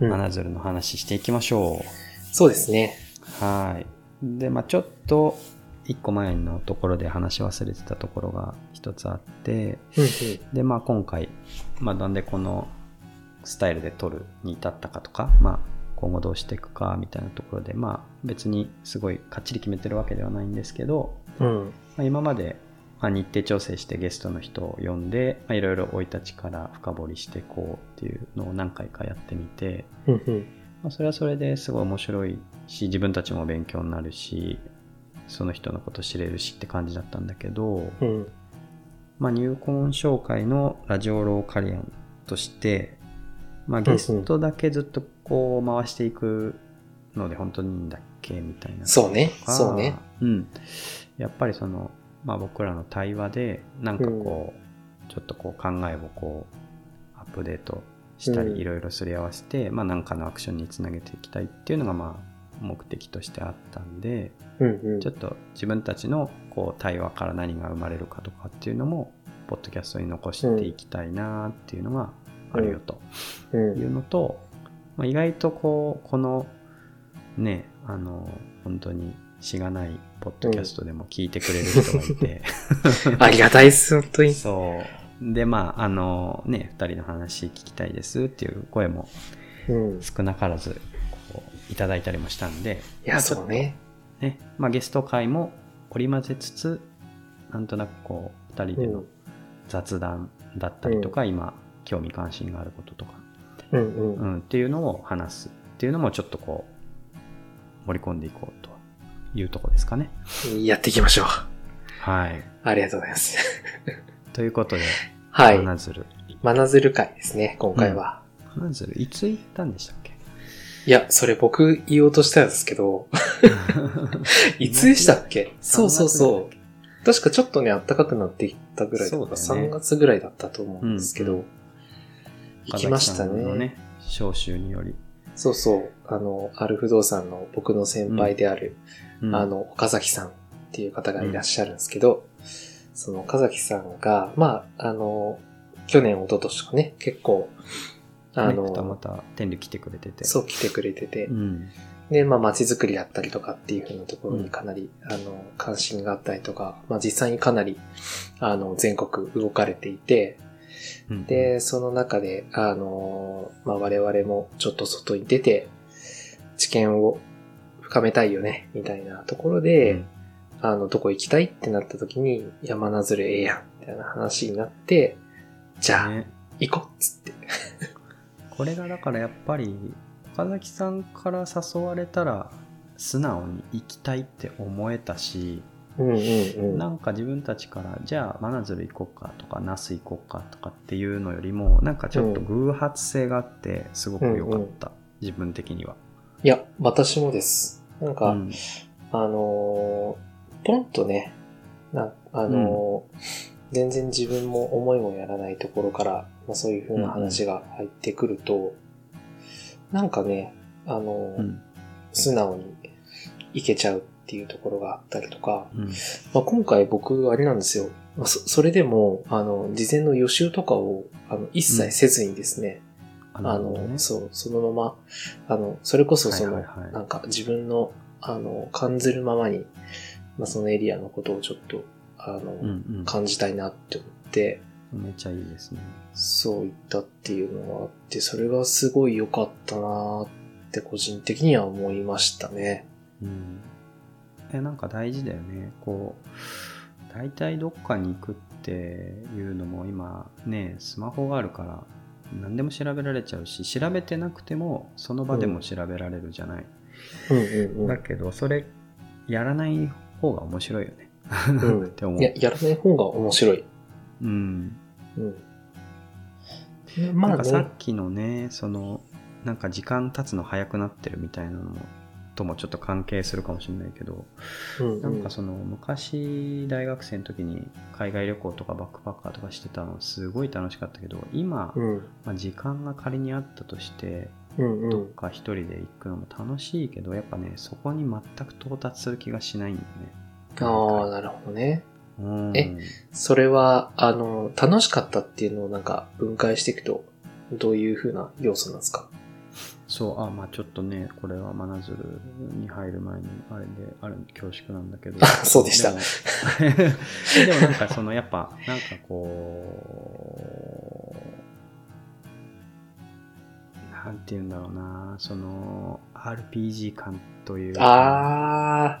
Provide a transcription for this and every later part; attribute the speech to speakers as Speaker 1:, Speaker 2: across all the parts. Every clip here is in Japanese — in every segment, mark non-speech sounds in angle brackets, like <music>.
Speaker 1: うん
Speaker 2: 真鶴の話していきましょ
Speaker 1: そうですね。
Speaker 2: う。はい。で、まあちょっと、一個前のところで話し忘れてたところが一つあって、
Speaker 1: うんうん。
Speaker 2: で、まあ今回、まあなんでこのスタイルで撮るに至ったかとか、まあ今後どうしていくかみたいなところで、まあ別にすごいかっちり決めてるわけではないんですけど、
Speaker 1: うん。
Speaker 2: まあ、今まで、まあ、日程調整してゲストの人を呼んでまあいろいろ生い立ちから深掘りしていこうっていうのを何回かやってみて、
Speaker 1: うんうん。
Speaker 2: まあ、それはそれですごい面白いし自分たちも勉強になるしその人のこと知れるしって感じだったんだけど、
Speaker 1: うん。
Speaker 2: まあ、入婚紹介のラジオローカリアンとして、まあ、ゲストだけずっとこう回していくので本当にいいんだっけみたいな
Speaker 1: そうね。
Speaker 2: か
Speaker 1: そうね。。
Speaker 2: うん。やっぱりその、まあ僕らの対話で、なんかこう、ちょっとこう考えをこう、アップデートした
Speaker 1: うん
Speaker 2: り、いろいろすり合わせて、まあなんかのアクションにつなげていきたいっていうのが、まあ目的としてあったんで、
Speaker 1: うんうん
Speaker 2: ちょっと自分たちのこう対話から何が生まれるかとかっていうのも、ポッドキャストに残していきたいなっていうのがあるよと。
Speaker 1: うん
Speaker 2: いうのと、まあ、意外とこうこのねあの本当にしがないポッドキャストでも聞いてくれる人がいて、
Speaker 1: ありがたいっす、本当
Speaker 2: <laughs>
Speaker 1: に。
Speaker 2: そうでまああのね2人の話聞きたいですっていう声も
Speaker 1: うん。い
Speaker 2: 少なからずこういただいたりもしたんで
Speaker 1: や、そうね。
Speaker 2: ね、まあ、ゲスト会も織り交ぜつつなんとなくこう2人
Speaker 1: う
Speaker 2: で
Speaker 1: ん。
Speaker 2: の雑談だったりとか、今興味関心があることとか
Speaker 1: うんう。
Speaker 2: うんん、っていうのを話すっていうのもちょっとこう盛り込んでいこうというとこですかね。
Speaker 1: やっていきましょう。
Speaker 2: はい。
Speaker 1: ありがとうございます。
Speaker 2: ということで、
Speaker 1: はい。
Speaker 2: 花鶴。
Speaker 1: 真鶴会ですね、今回は。
Speaker 2: 花鶴、いつ行ったんでしたっけ
Speaker 1: いや、それ僕言おうとしたんですけど、いつでしたっけ <laughs> そうそうそう。確かちょっとね、暖かくなっていったぐらいだから、
Speaker 2: そうだね
Speaker 1: 3月ぐらいだったと思うんですけど、
Speaker 2: うんう
Speaker 1: 行きました
Speaker 2: 岡崎さんの
Speaker 1: ね。
Speaker 2: ね、召集により。
Speaker 1: そうそう、あの、ある不動産の僕の先輩である、
Speaker 2: うん
Speaker 1: あ、の、岡崎さんっていう方がいらっしゃるんですけど、その岡崎さんが、まあ、あの、去年、一昨年とかね、結構、あ
Speaker 2: あの、ま
Speaker 1: の、
Speaker 2: た天理来てくれてて。
Speaker 1: そう来てくれてて、
Speaker 2: うん。
Speaker 1: で、まあ、街づくりだったりとかっていうふうなところにかなり、あの、関心があったりとか、まあ、実際にかなり、あの、全国動かれていて、
Speaker 2: うん、
Speaker 1: で、その中で、あの、まあ、我々もちょっと外に出て、知見を深めたいよね、みたいなところ
Speaker 2: う
Speaker 1: で、
Speaker 2: ん、
Speaker 1: あの、どこ行きたいってなった時に、山なずれええやん、みたいな話になって、じゃあ、
Speaker 2: ね
Speaker 1: 行こうっつって。
Speaker 2: これがだからやっぱり、岡崎さんから誘われたら、素直に行きたいって思えたし、
Speaker 1: うんうん
Speaker 2: なんか自分たちからじゃあ真鶴行こうかとか那須行こうかとかっていうのよりもなんかちょっと偶発性があってすごく良かった、自分的には。
Speaker 1: いや、私もです。なんか、
Speaker 2: うん
Speaker 1: あのーポンとね、なあのー全然自分も思いもやらないところから、まあ、そういう風な話が入ってくると、なんかね、あのー
Speaker 2: うん
Speaker 1: 素直にいけちゃうっていうところがあったりとか、
Speaker 2: うん
Speaker 1: まあ、今回僕、あれなんですよ。まあ、そそれでも、あの、事前の予習とかを、あの、一切せずにですね、あの、そう、そのまま、あの、それこそその、
Speaker 2: はいはいはい
Speaker 1: なんか自分の、あの、感じるままに、まあ、そのエリアのことをちょっと、あの、
Speaker 2: うん
Speaker 1: 感じたいなって思って、
Speaker 2: うん、めっちゃいいですね。
Speaker 1: そう言ったっていうのがあって、それがすごい良かったなーって個人的には思いましたね。
Speaker 2: うん、えなんか大事だよねこう大体どっかに行くっていうのも今ねスマホがあるから何でも調べられちゃうし調べてなくてもその場でも調べられるじゃない。
Speaker 1: うんうん
Speaker 2: だけどそれやらない方が面白いよね、
Speaker 1: うん
Speaker 2: って思
Speaker 1: いや
Speaker 2: う、、
Speaker 1: やらない方が面白い。
Speaker 2: うん、
Speaker 1: うん。ま
Speaker 2: な
Speaker 1: あ
Speaker 2: んか
Speaker 1: ね、
Speaker 2: さっきのねそのなんか時間経つの早くなってるみたいなのもともちょっと関係するかもしれないけど
Speaker 1: うん
Speaker 2: なんかその昔大学生の時に海外旅行とかバックパッカーとかしてたのすごい楽しかったけど今、
Speaker 1: うん、
Speaker 2: まあ、時間が仮にあったとして
Speaker 1: うん、う
Speaker 2: どっ
Speaker 1: ん。
Speaker 2: か一人で行くのも楽しいけどやっぱねそこに全く到達する気がしないんだよね。
Speaker 1: ああ、なるほどね。
Speaker 2: うん
Speaker 1: えそれは、あの、楽しかったっていうのをなんか分解していくと、どういうふうな要素なんですか
Speaker 2: そう、あ、まあちょっとね、これは真鶴に入る前に、あれで、あれ、恐縮なんだけど。
Speaker 1: <laughs> そうでした
Speaker 2: も <laughs> でもなんかその、やっぱ、なんかこう、なんて言うんだろうな、その、RPG 感というか、
Speaker 1: あ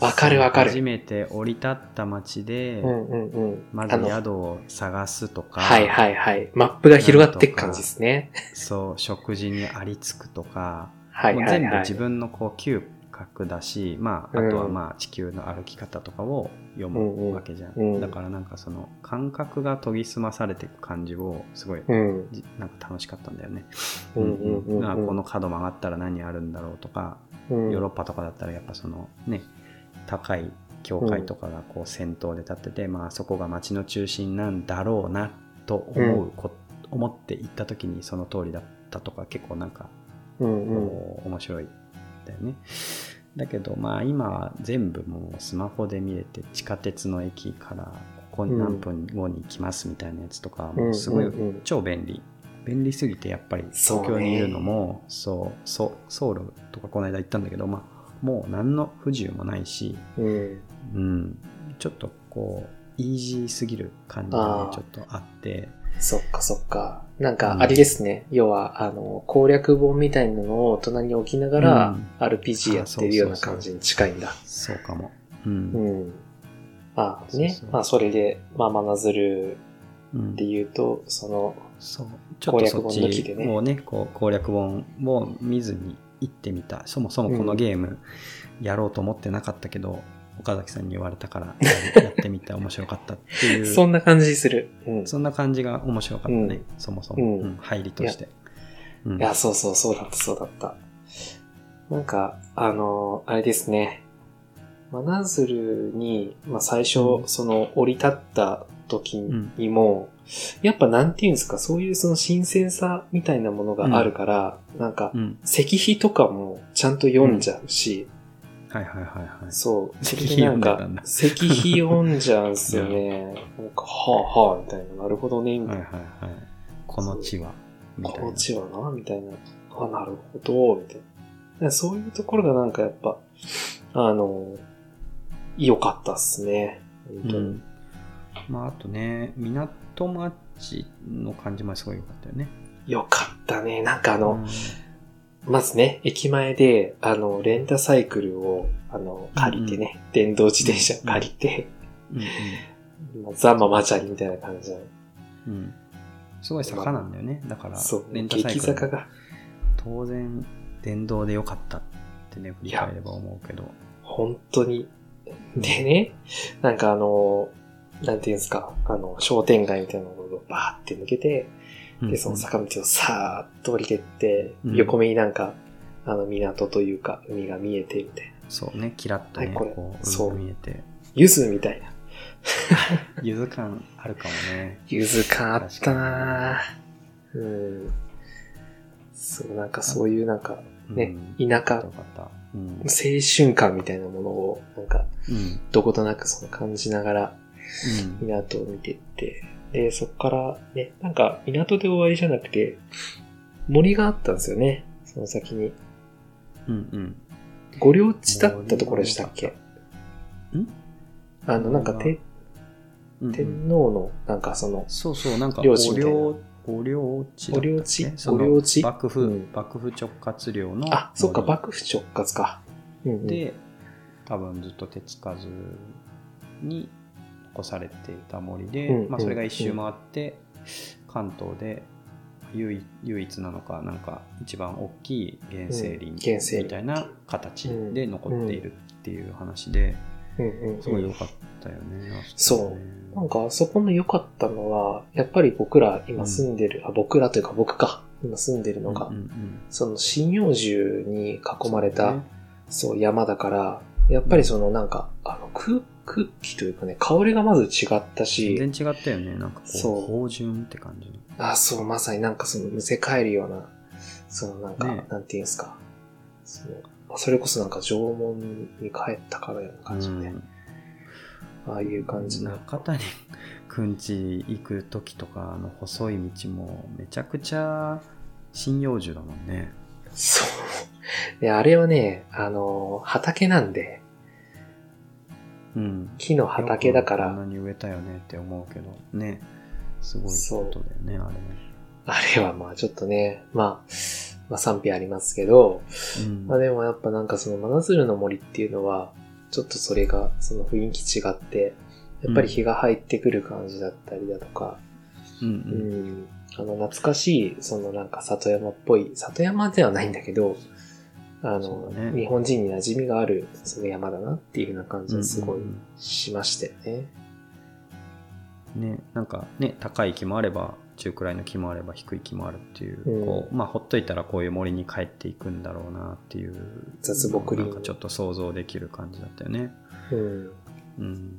Speaker 1: ー、わかるわか
Speaker 2: 初
Speaker 1: る。
Speaker 2: めて降り立った街で、
Speaker 1: うんうんうん。
Speaker 2: まず
Speaker 1: あの、
Speaker 2: 宿を探すとか、
Speaker 1: はいはいはい。マップが広がっていく感じですね。
Speaker 2: そう、食事にありつくとか、
Speaker 1: はい
Speaker 2: もう
Speaker 1: はい
Speaker 2: 全部
Speaker 1: はい
Speaker 2: 自。分のこう嗅覚だし、まあ、
Speaker 1: うん
Speaker 2: あとはまあ地球の歩き方とかを読むわけじゃん、
Speaker 1: うんうん
Speaker 2: だからなんかその感覚が研ぎ澄まされていく感じをすごい、
Speaker 1: うん。
Speaker 2: じなんか楽しかったんだよね、
Speaker 1: うんうんうんうん
Speaker 2: なんかこの角曲がったら何あるんだろうとか、
Speaker 1: うん
Speaker 2: ヨーロッパとかだったらやっぱそのね高い教会とかがこう先頭で立ってて、まあそこが街の中心なんだろうなと思うこ、思って行った時にその通りだったとか結構なんか
Speaker 1: うんうん。
Speaker 2: こう面白いんだよね。だけどまあ今は全部もうスマホで見れて地下鉄の駅からここに何分後に来ますみたいなやつとかもうすごい
Speaker 1: うんうんうん
Speaker 2: 超便利。便利すぎてやっぱり
Speaker 1: そうね
Speaker 2: 東京にいるのもそうそうソウルとかこの間行ったんだけどまあもう何の不自由もないし、
Speaker 1: うん。
Speaker 2: うん、ちょっとこうイージーすぎる感じが
Speaker 1: あー
Speaker 2: ねちょっとあって
Speaker 1: そっかそっか。なんか、あれですね。要は、あの、攻略本みたいなのを隣に置きながら、RPG やってるような感じに近いんだ。
Speaker 2: そうかも。うん
Speaker 1: うん。あ
Speaker 2: そう
Speaker 1: ね
Speaker 2: そう。
Speaker 1: まあ、それで、まあ、真鶴
Speaker 2: うん
Speaker 1: っていうと、その、
Speaker 2: そうちょっとそっ
Speaker 1: 攻略本抜きで
Speaker 2: ち
Speaker 1: ね
Speaker 2: をねこう攻略本を見ずに行ってみたそもそもこ
Speaker 1: う
Speaker 2: の
Speaker 1: ん
Speaker 2: ゲームやろうと思ってなかったけど、岡崎さんに言われた
Speaker 1: <laughs>
Speaker 2: からやってみた面白かったっていう
Speaker 1: そんな感じする。うん。
Speaker 2: そんな感じが面白かったね、
Speaker 1: うん
Speaker 2: そもそも、
Speaker 1: うん
Speaker 2: うん入りとして。うん
Speaker 1: いや、そうそう、そうだった、そうだった。なんか、あのあれですね。真鶴に、まあ、最初、
Speaker 2: うん
Speaker 1: その、降り立った時
Speaker 2: うん
Speaker 1: にも、やっぱなんていうんですか、そういうその新鮮さみたいなものがあるから、なんか、
Speaker 2: うん
Speaker 1: 石碑とかもちゃんと読んじゃうし、
Speaker 2: はいはいはいはい。
Speaker 1: そう、
Speaker 2: 石
Speaker 1: 石
Speaker 2: 碑
Speaker 1: 碑な
Speaker 2: 読ん
Speaker 1: ん
Speaker 2: でた
Speaker 1: か
Speaker 2: んだ、
Speaker 1: 石碑読んじゃうんすよね。なんか、はあはあ、みたいな、なるほどね、みたいな
Speaker 2: はいはいはい。この地は。みたい
Speaker 1: こ
Speaker 2: な
Speaker 1: の地はな、みたいな。あ、なるほど、みたいな。だからそういうところがなんかやっぱ、あの、良かったっすね。本当
Speaker 2: う
Speaker 1: に
Speaker 2: ん。まああとね、港町の感じもすごい良かったよね。
Speaker 1: 良、かったね。なんかあの、
Speaker 2: うん
Speaker 1: まずね、駅前で、あの、レンタサイクルを、あの、借りてね、電動自転車借りて、
Speaker 2: うんうん
Speaker 1: もうザ・ママチャリみたいな感じなの
Speaker 2: うん、すごい坂なんだよね。だから
Speaker 1: そう、、
Speaker 2: レンタサイ
Speaker 1: 激
Speaker 2: クル
Speaker 1: 坂
Speaker 2: も
Speaker 1: が。
Speaker 2: 当然、電動で良かったってね、振り返れば思うけど。
Speaker 1: 本当に。でね、なんかあの、なんていうんですか、あの、商店街みたいなのをバーって抜けて、
Speaker 2: うん
Speaker 1: で、その坂道をさーっと降りてって、
Speaker 2: うん
Speaker 1: 横目になんか、あの、港というか、海が見えて、みたいな。
Speaker 2: そうね、キラッとね、
Speaker 1: はいこれ
Speaker 2: こう、
Speaker 1: そう
Speaker 2: 海が見えて。
Speaker 1: ゆずみたいな。
Speaker 2: ゆず感あるかもね。
Speaker 1: ゆず感あったなーうん。そう、なんかそういうなんか、 <laughs> ね、
Speaker 2: い
Speaker 1: 田舎、
Speaker 2: よ
Speaker 1: 青
Speaker 2: かった。うん。
Speaker 1: 春感みたいなものを、なんか、
Speaker 2: うん。
Speaker 1: どことなくその感じながら、
Speaker 2: うん。
Speaker 1: 港を見てって、で、そこからね、なんか港で終わりじゃなくて、森があったんですよね。その先に。
Speaker 2: うん。
Speaker 1: 五稜地だったところでしたっけ
Speaker 2: 森が
Speaker 1: あの、なんか
Speaker 2: 森
Speaker 1: て、
Speaker 2: うん。
Speaker 1: 天皇の、なんかその、
Speaker 2: そうそう、なんか、
Speaker 1: 領地み
Speaker 2: 御
Speaker 1: たいな
Speaker 2: 領、御領地だったっけ。
Speaker 1: 御領地
Speaker 2: その
Speaker 1: 御領地
Speaker 2: 幕
Speaker 1: う
Speaker 2: 府
Speaker 1: ん、
Speaker 2: 幕府直轄領の。
Speaker 1: あ、そっか、
Speaker 2: 森
Speaker 1: 幕府直轄か。うんうん、
Speaker 2: で、多分ずっと手つかずに残されていた森で、
Speaker 1: うん
Speaker 2: ま
Speaker 1: う
Speaker 2: あ、
Speaker 1: ん
Speaker 2: それが一周回って、関東で唯一唯一なのか、なんか一番大きい原生
Speaker 1: うん原生林
Speaker 2: 林みたいな形で残っているっていう話で、
Speaker 1: うんうんうん
Speaker 2: すごい良かったよね。あこね
Speaker 1: なんか、そこの良かったのは、やっぱり僕ら今住んでる、あ、僕らというか僕か、今住んでるのが、
Speaker 2: うんうんうん
Speaker 1: その針葉樹に囲まれ
Speaker 2: そ
Speaker 1: た、
Speaker 2: うね
Speaker 1: そう、山だから、やっぱりそのなんか、あの、空、空気というかね、香りがまず違ったし、
Speaker 2: 全然違ったよね。なんかこ
Speaker 1: そう
Speaker 2: う、芳醇って感じの。
Speaker 1: あ、そう、まさになんかその、むせ返るような、そのなんか、
Speaker 2: ね
Speaker 1: なんていうんですか、そのまあそれこそなんか縄文に帰ったからような感じのね、ああいう感じの、
Speaker 2: 中谷くんち行く時とかあの細い道もめちゃくちゃ針葉樹だもんね
Speaker 1: そう。で、あれはね、あの、畑なんで、
Speaker 2: うん。
Speaker 1: 木の畑だか
Speaker 2: よくこ
Speaker 1: ら、
Speaker 2: んなに植えたよねって思うけど、ね。すごいことだよね、あれね。
Speaker 1: あれはまあちょっとね、まあ、まあ賛否ありますけど、
Speaker 2: うん。
Speaker 1: まあでもやっぱなんかその真鶴の森っていうのは、ちょっとそれが、その雰囲気違って、やっぱり日が入ってくる感じだったりだとか、
Speaker 2: うん
Speaker 1: うん、あの懐かしい、そのなんか里山っぽい、里山ではないんだけど、あ
Speaker 2: そ
Speaker 1: の、
Speaker 2: うだね
Speaker 1: 日本人に馴染みがあるその山だなっていうふうな感じ
Speaker 2: う
Speaker 1: は
Speaker 2: ん。
Speaker 1: すごい
Speaker 2: うん
Speaker 1: しましたよね。
Speaker 2: ね、なんかね、高い木もあれば、中くらいの木もあれば、低い木もあるっていう、
Speaker 1: うん
Speaker 2: こう、まあ、ほっといたらこういう森に帰っていくんだろうなっていう。
Speaker 1: 雑木林
Speaker 2: なんかちょっと想像できる感じだったよね。
Speaker 1: うん
Speaker 2: うん。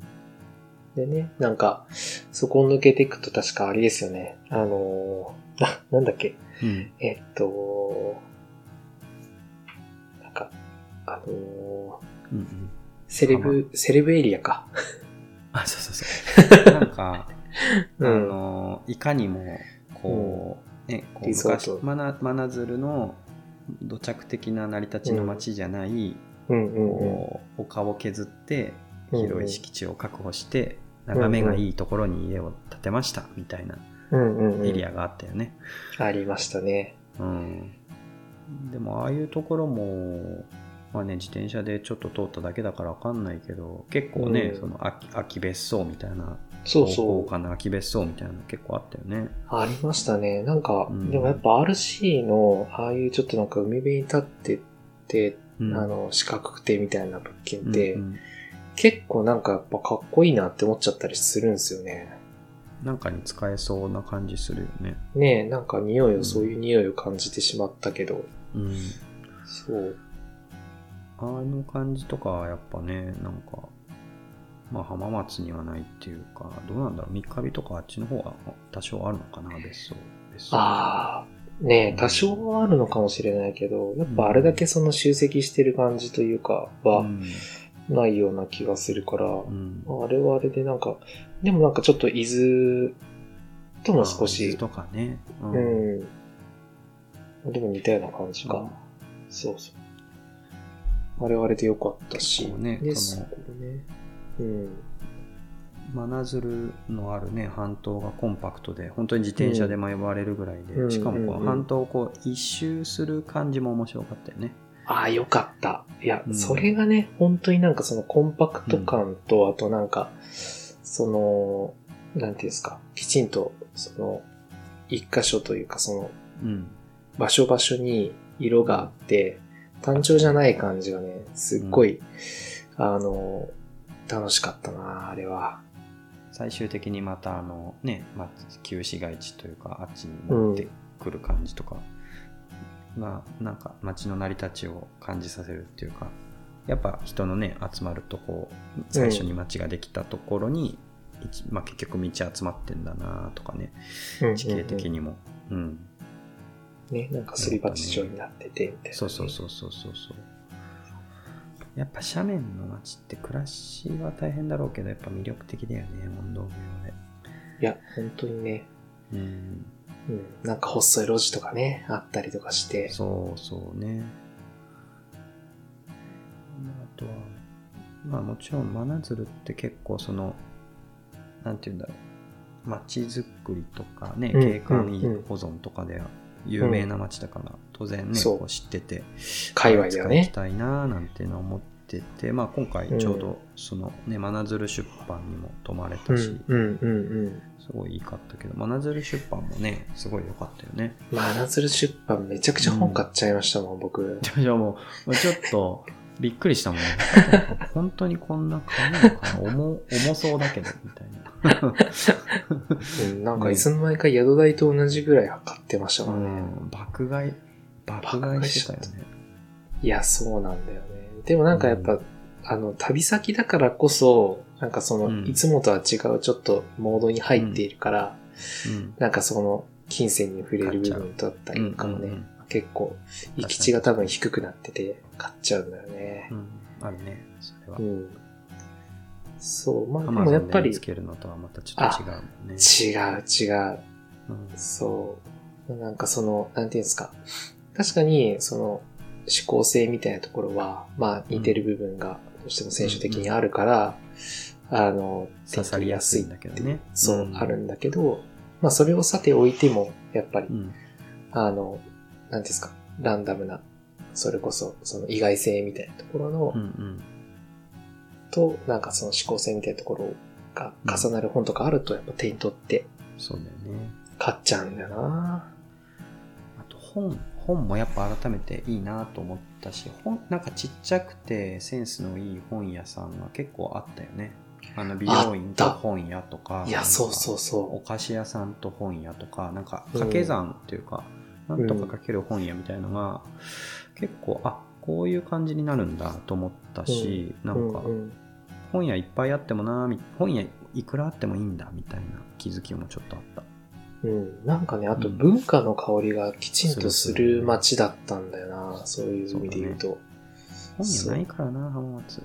Speaker 1: でね、なんか、そこを抜けていくと確かあれですよね。あのー、な、なんだっけ、
Speaker 2: うん。
Speaker 1: えっと、なんか、あのー、
Speaker 2: うんうん。
Speaker 1: セレブ、セレブエリアか。
Speaker 2: あ、そうそう
Speaker 1: <laughs>
Speaker 2: そう。なんか、
Speaker 1: う
Speaker 2: あ
Speaker 1: ん。
Speaker 2: のいかにもこう、ねこう
Speaker 1: リゾー
Speaker 2: 昔
Speaker 1: ト
Speaker 2: マナ真鶴の土着的な成り立ちの町じゃない、
Speaker 1: うんうん
Speaker 2: こう丘を削って
Speaker 1: うん。
Speaker 2: 広い敷地を確保して、眺めがいいところに家を建てましたみたいな
Speaker 1: うんうんうん
Speaker 2: エリアがあったよね、
Speaker 1: ありましたね。
Speaker 2: うんでもああいうところもまあね、自転車でちょっと通っただけだから分かんないけど結構ね、
Speaker 1: うん
Speaker 2: その空き空き別荘みたいな
Speaker 1: そうそ
Speaker 2: 豪
Speaker 1: う。
Speaker 2: 華な空き別荘みたいなの結構あったよね
Speaker 1: ありましたね。なんか、
Speaker 2: うん
Speaker 1: でもやっぱ RC の、ああいうちょっとなんか海辺に立ってて、
Speaker 2: うん
Speaker 1: あの、四角くてみたいな物件って、
Speaker 2: うんうん
Speaker 1: 結構なんかやっぱかっこいいなって思っちゃったりするんですよね。
Speaker 2: なんかに使えそうな感じするよね。
Speaker 1: ねえ、なんか匂い
Speaker 2: うん
Speaker 1: を、そういう匂いを感じてしまったけど、
Speaker 2: うん。
Speaker 1: そう。
Speaker 2: あの感じとかはやっぱね、なんか、まあ浜松にはないっていうか、どうなんだろう、三日日とかあっちの方は多少あるのかな、別荘。別荘
Speaker 1: ああ、ねえ、多少はあるのかもしれないけど、やっぱあれだけその集積してる感じというか、
Speaker 2: う
Speaker 1: は
Speaker 2: ん。
Speaker 1: ないような気がするから、
Speaker 2: うん
Speaker 1: あれはあれでなんか、でもなんかちょっと伊豆とも少
Speaker 2: 水
Speaker 1: し、
Speaker 2: とかね。う
Speaker 1: う。ん。でも似たような感じか。そうそう。あれはあれで良かったし。
Speaker 2: 結構ね
Speaker 1: で
Speaker 2: そ
Speaker 1: そ
Speaker 2: の
Speaker 1: こね。うん。
Speaker 2: 真鶴のあるね、半島がコンパクトで、本当に自転車で迷われるぐらいで、
Speaker 1: うん
Speaker 2: しかも
Speaker 1: うん
Speaker 2: こ
Speaker 1: うんう
Speaker 2: うん半島をこう一周する感じも面白かったよね。
Speaker 1: ああ、よかった。いや、
Speaker 2: うん
Speaker 1: それがね、本当になんかそのコンパクト感と、あとなんか、その、なんていうんですか、きちんと、その、一箇所というか、その、
Speaker 2: うん。
Speaker 1: 場所場所に色があって、単調じゃない感じがね、すっごい、あの、楽しかったな、あれは。
Speaker 2: 最終的にまたあのね、まあ、旧市街地というかあっちに持ってくる感じとかが、なんか街の成り立ちを感じさせるっていうかやっぱ人のね集まるとこう最初に街ができたところに、一まあ、結局道集まってんだなとかね地形的
Speaker 1: に。
Speaker 2: にも、うん
Speaker 1: ね、なんかすり鉢状になってて、みたいな。
Speaker 2: そうそうそうそうそうそうやっぱ斜面の街って暮らしは大変だろうけどやっぱ魅力的だよね問答無用で。
Speaker 1: いや、本当にね、
Speaker 2: うん
Speaker 1: うん、なんか細い路地とかね、あったりとかして、
Speaker 2: そうそうね。あとは、まあもちろん真鶴って結構その、なんて言うんだろう、街づくりとかね、
Speaker 1: うん
Speaker 2: 景観
Speaker 1: うんうん
Speaker 2: 保存とかで有名な街だから、当然ね、
Speaker 1: そう
Speaker 2: こう知ってて、
Speaker 1: 界隈だ
Speaker 2: いつか
Speaker 1: よ
Speaker 2: 行き
Speaker 1: ね。
Speaker 2: たいなーなんていうのは思ってて、まあ今回ちょう
Speaker 1: う
Speaker 2: どそのね、真鶴出版にも泊まれ
Speaker 1: う
Speaker 2: たし、
Speaker 1: ん、うん、うん、うん。
Speaker 2: すごいいいかったけど、真鶴出版もね、すごい良かったよね。
Speaker 1: 真鶴出版めちゃくちゃ本買っちゃいましたもん、僕。
Speaker 2: じゃあもう、ちょっと、びっくりしたもんね。 <laughs> 本当にこんな軽いのかな重、重そうだけど、みたいな。
Speaker 1: うん、なんかいつの間にか宿題と同じぐらい買ってました
Speaker 2: う
Speaker 1: もんね。
Speaker 2: ん、爆買い、爆買いしてたよね。
Speaker 1: いや、そうなんだよね。でもなんかやっぱ、
Speaker 2: うん
Speaker 1: あの、旅先だからこそ、なんかその、
Speaker 2: うん
Speaker 1: いつもとは違うちょっとモードに入っているから、
Speaker 2: うん。
Speaker 1: なんかその、金銭に触れる部分だったりとかもね、
Speaker 2: うんうん
Speaker 1: 結構、行き地が多分低くなってて、買っちゃうんだよね
Speaker 2: う。ん、あるね、それは
Speaker 1: う。ん。そう、まあで
Speaker 2: アマ
Speaker 1: もや
Speaker 2: ゾ
Speaker 1: っ
Speaker 2: ン
Speaker 1: ぱ
Speaker 2: で
Speaker 1: り、
Speaker 2: 見つけるのとはまたちょっと違うもんね。
Speaker 1: 違う違う。
Speaker 2: うん
Speaker 1: そう。なんかその、なんていうんですか。確かに、その、思考性みたいなところは、まあ、似てる部分が、どうしても選手的にあるから、あの、
Speaker 2: 刺さりやすいんだけどね。
Speaker 1: そう、
Speaker 2: ん
Speaker 1: あるんだけど、まあ、それをさておいても、やっぱり
Speaker 2: う、ん。
Speaker 1: あの、なんていうんですか、ランダムな、それこそ、その意外性みたいなところの、
Speaker 2: うんうん。
Speaker 1: と、なんかその思考性みたいなところが重なる本とかあると、やっぱ手に取って
Speaker 2: そうだよね。
Speaker 1: 買っちゃうんだよな
Speaker 2: あと本、本もやっぱ改めていいなと思ったし、本、なんかちっちゃくてセンスのいい本屋さんが結構あったよね。あの、美容院と
Speaker 1: あった
Speaker 2: 本屋とか。
Speaker 1: いや、そう
Speaker 2: う。
Speaker 1: そうそ
Speaker 2: お菓子屋さんと本屋とか、なんか掛け算っていうか、
Speaker 1: ん
Speaker 2: なんとかかける本屋みたいのが、結構、あ、こういう感じになるんだと思ったし、
Speaker 1: う。
Speaker 2: なんか
Speaker 1: う、ん
Speaker 2: 本屋いっぱいあってもなみ本屋いくらあってもいいんだみたいな気づきもちょっとあった
Speaker 1: うん、うん。なんかね、あと
Speaker 2: うん
Speaker 1: 文化の香りがきちんと
Speaker 2: す
Speaker 1: す
Speaker 2: るする
Speaker 1: る街だったんだよなそういう意味で言うと。
Speaker 2: 本屋ないからな浜松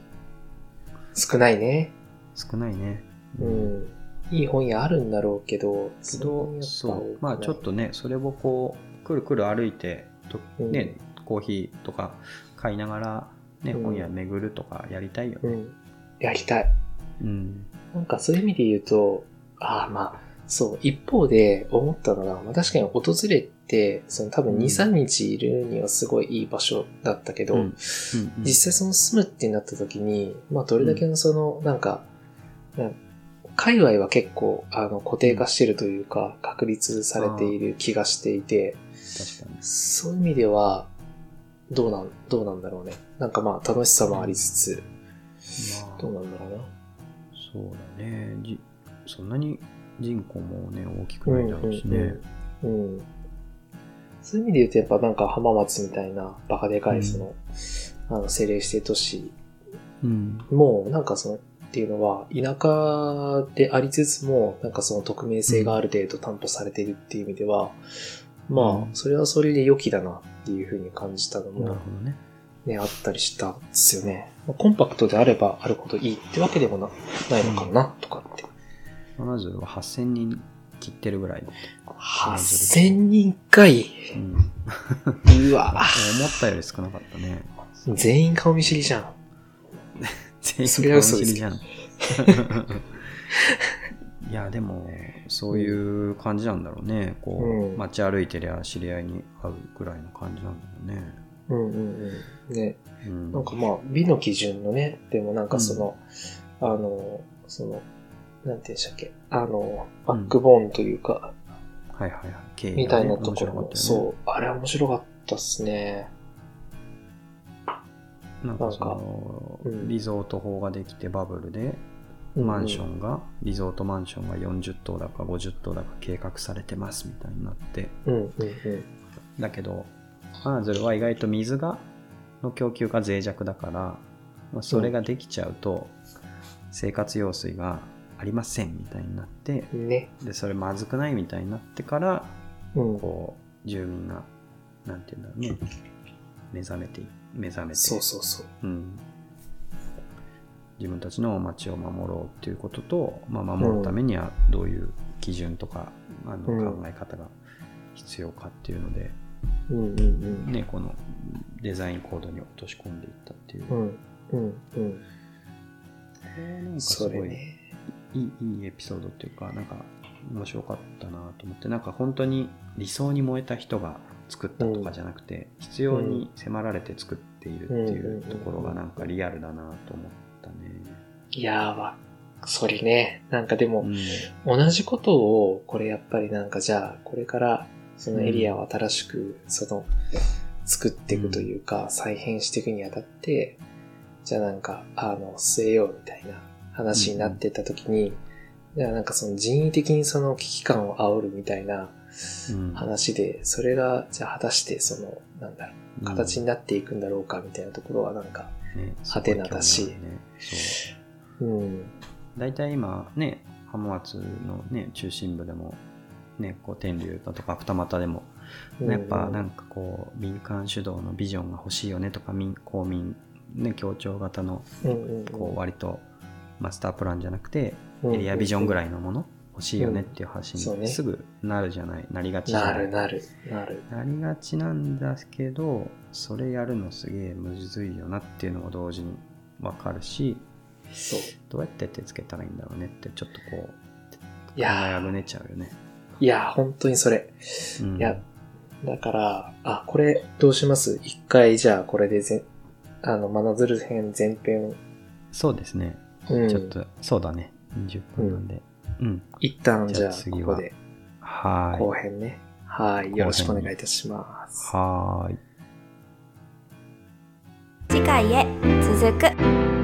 Speaker 1: 少ないね。
Speaker 2: 少ないね
Speaker 1: う
Speaker 2: うん
Speaker 1: ん。いい本屋あるんだろうけど、
Speaker 2: け
Speaker 1: そんな
Speaker 2: ど
Speaker 1: にやっぱ
Speaker 2: そうまあ
Speaker 1: 多くない
Speaker 2: ちょっとねそれをこうくるくる歩いてと
Speaker 1: うん
Speaker 2: ね、コーヒーとか買いながら、ね
Speaker 1: うん
Speaker 2: 本屋巡るとかやりたいよ
Speaker 1: う
Speaker 2: ね
Speaker 1: ん。やりたい。
Speaker 2: うん、
Speaker 1: なんかそういう意味で言うと、ああまあ、そう、一方で思ったのが、まあ確かに訪れて、その多分
Speaker 2: う
Speaker 1: 2、
Speaker 2: ん
Speaker 1: 3日いるにはすごいいい場所だったけど、
Speaker 2: うんうんうん
Speaker 1: 実際その住むってなった時に、まあどれだけのその、なんか、なん界隈は結構あの固定化してるというか、確立されている気がしていて、
Speaker 2: 確かに
Speaker 1: そういう意味では、どうなん、どうなんだろうね。なんかまあ楽しさもありつつ、
Speaker 2: まあ
Speaker 1: どうなんだろうな。
Speaker 2: そうだねじそんなに人口もね大きくないだろうしね、
Speaker 1: うんうんうんうんそういう意味で言うと、やっぱなんか浜松みたいなバカでか
Speaker 2: う
Speaker 1: い
Speaker 2: ん
Speaker 1: その、あの政令指定都市
Speaker 2: うん、
Speaker 1: も、なんかその、っていうのは、田舎でありつつも、なんかその匿名性がある程度担保されてるっていう意味では、まあ
Speaker 2: う、ん
Speaker 1: それはそれで良きだなっていうふうに感じたの
Speaker 2: なる
Speaker 1: も
Speaker 2: ほどね
Speaker 1: ね、あったりしたんですよね。まあコンパクトであればあるほどいいってわけでもなないのかな、とかって。
Speaker 2: まずは8000人切ってるぐらい、
Speaker 1: 8000人かい。
Speaker 2: うん、
Speaker 1: う
Speaker 2: 思
Speaker 1: わ
Speaker 2: ったより少なかったね
Speaker 1: 全員顔見知りじゃん。
Speaker 2: 全
Speaker 1: それは
Speaker 2: 員
Speaker 1: 嘘
Speaker 2: 顔見
Speaker 1: で
Speaker 2: 知
Speaker 1: す
Speaker 2: りじゃん <laughs> いやでもそういう感じなんだろうねこう、
Speaker 1: うん
Speaker 2: 街歩いてりゃ知り合いに会うぐらいの感じなんだろうね、
Speaker 1: うんうんうん。ね、
Speaker 2: うん、
Speaker 1: なんかまあ、美の基準のね、でもなんかその、あの、その、なんて言うんでしたっけ、あの、バックボーンというか、
Speaker 2: はいはいはい経緯がね
Speaker 1: みたいなところも、
Speaker 2: 面白かったよね
Speaker 1: そう、あれ面白かったっすね。
Speaker 2: なんかその
Speaker 1: なんかうん
Speaker 2: リゾート法ができてバブルでマンションが、リゾートマンションが40棟だか50棟だか計画されてますみたいになって
Speaker 1: うんうんうん。
Speaker 2: だけどアーズルは意外と水がの供給が脆弱だから、まあ、それができちゃうと生活用水がありませんみたいになって
Speaker 1: うん。ね。
Speaker 2: でそれまずくないみたいになってから
Speaker 1: うん。
Speaker 2: こう住民がなんていうんだろうね目覚めて目覚めて
Speaker 1: そうそうそう。
Speaker 2: うん、自分たちの町を守ろうということと、まあ、守るためにはどういう基準とか、あ
Speaker 1: う
Speaker 2: の
Speaker 1: ん
Speaker 2: 考え方が必要かっていうので、
Speaker 1: うんうんうん。
Speaker 2: ね、このデザインコードに落とし込んでいったっていう、
Speaker 1: う
Speaker 2: こ
Speaker 1: んうんうん。
Speaker 2: れなんかす
Speaker 1: それ
Speaker 2: ごい、
Speaker 1: ね。
Speaker 2: いいいいエピソードっていうかなんか面白かったなと思ってなんか本当に理想に燃えた人が作ったとかじゃなくて、必要に迫られて作っているっていうところがなんかリアルだなと思ったね。
Speaker 1: いやーわ、それね。なんかでも、
Speaker 2: うん
Speaker 1: 同じことを、これやっぱりなんかじゃあ、これから、そのエリアを新しく、その、作っていくというか、再編していくにあたって、じゃあなんか、あの、据えようみたいな話になってった時に、じゃあなんかその人為的にその危機感を煽るみたいな
Speaker 2: うん
Speaker 1: 話で、それが、じゃあ果たしてその、なんだろう、形になっていくんだろうかみたいなところはなんか、
Speaker 2: ね
Speaker 1: ハテナだし
Speaker 2: すごい興味あるねそう
Speaker 1: うん、
Speaker 2: 大体今ね浜松のね中心部でもねこう天竜だとか二俣でも、
Speaker 1: うん
Speaker 2: やっぱなんかこう民間主導のビジョンが欲しいよねとか民公民ね協調型の
Speaker 1: うんうんうん
Speaker 2: こう割とマスタープランじゃなくて
Speaker 1: うん
Speaker 2: エリアビジョンぐらいのもの欲しいよねっていう発
Speaker 1: うんそ
Speaker 2: 信
Speaker 1: う
Speaker 2: に
Speaker 1: ね
Speaker 2: すぐなるじゃない、なりがちじゃ
Speaker 1: な
Speaker 2: ない
Speaker 1: るなる、なる。
Speaker 2: なりがちなんだけどそれやるのすげえむずいよなっていうのも同時に分かるし
Speaker 1: そう。
Speaker 2: どうやって手つけたらいいんだろうねってちょっとこう
Speaker 1: い
Speaker 2: 考え
Speaker 1: や
Speaker 2: あ
Speaker 1: ー
Speaker 2: ぐねちゃうよね、
Speaker 1: いやー、本当にそれ。
Speaker 2: うん、
Speaker 1: いやだから、あ、これどうします一回じゃあこれでぜ、あの、真鶴編全編、
Speaker 2: そうですね
Speaker 1: うん、
Speaker 2: ちょっと、そうだね20分なんでうん、
Speaker 1: 一旦
Speaker 2: じ
Speaker 1: じ
Speaker 2: ゃ
Speaker 1: ゃ
Speaker 2: あ
Speaker 1: あ
Speaker 2: 次
Speaker 1: こ
Speaker 2: は
Speaker 1: こで
Speaker 2: はー
Speaker 1: 後
Speaker 2: い
Speaker 1: 編ね。はい、よろしくお願いいたします。
Speaker 2: はー
Speaker 3: 次
Speaker 2: い
Speaker 3: 回へ続く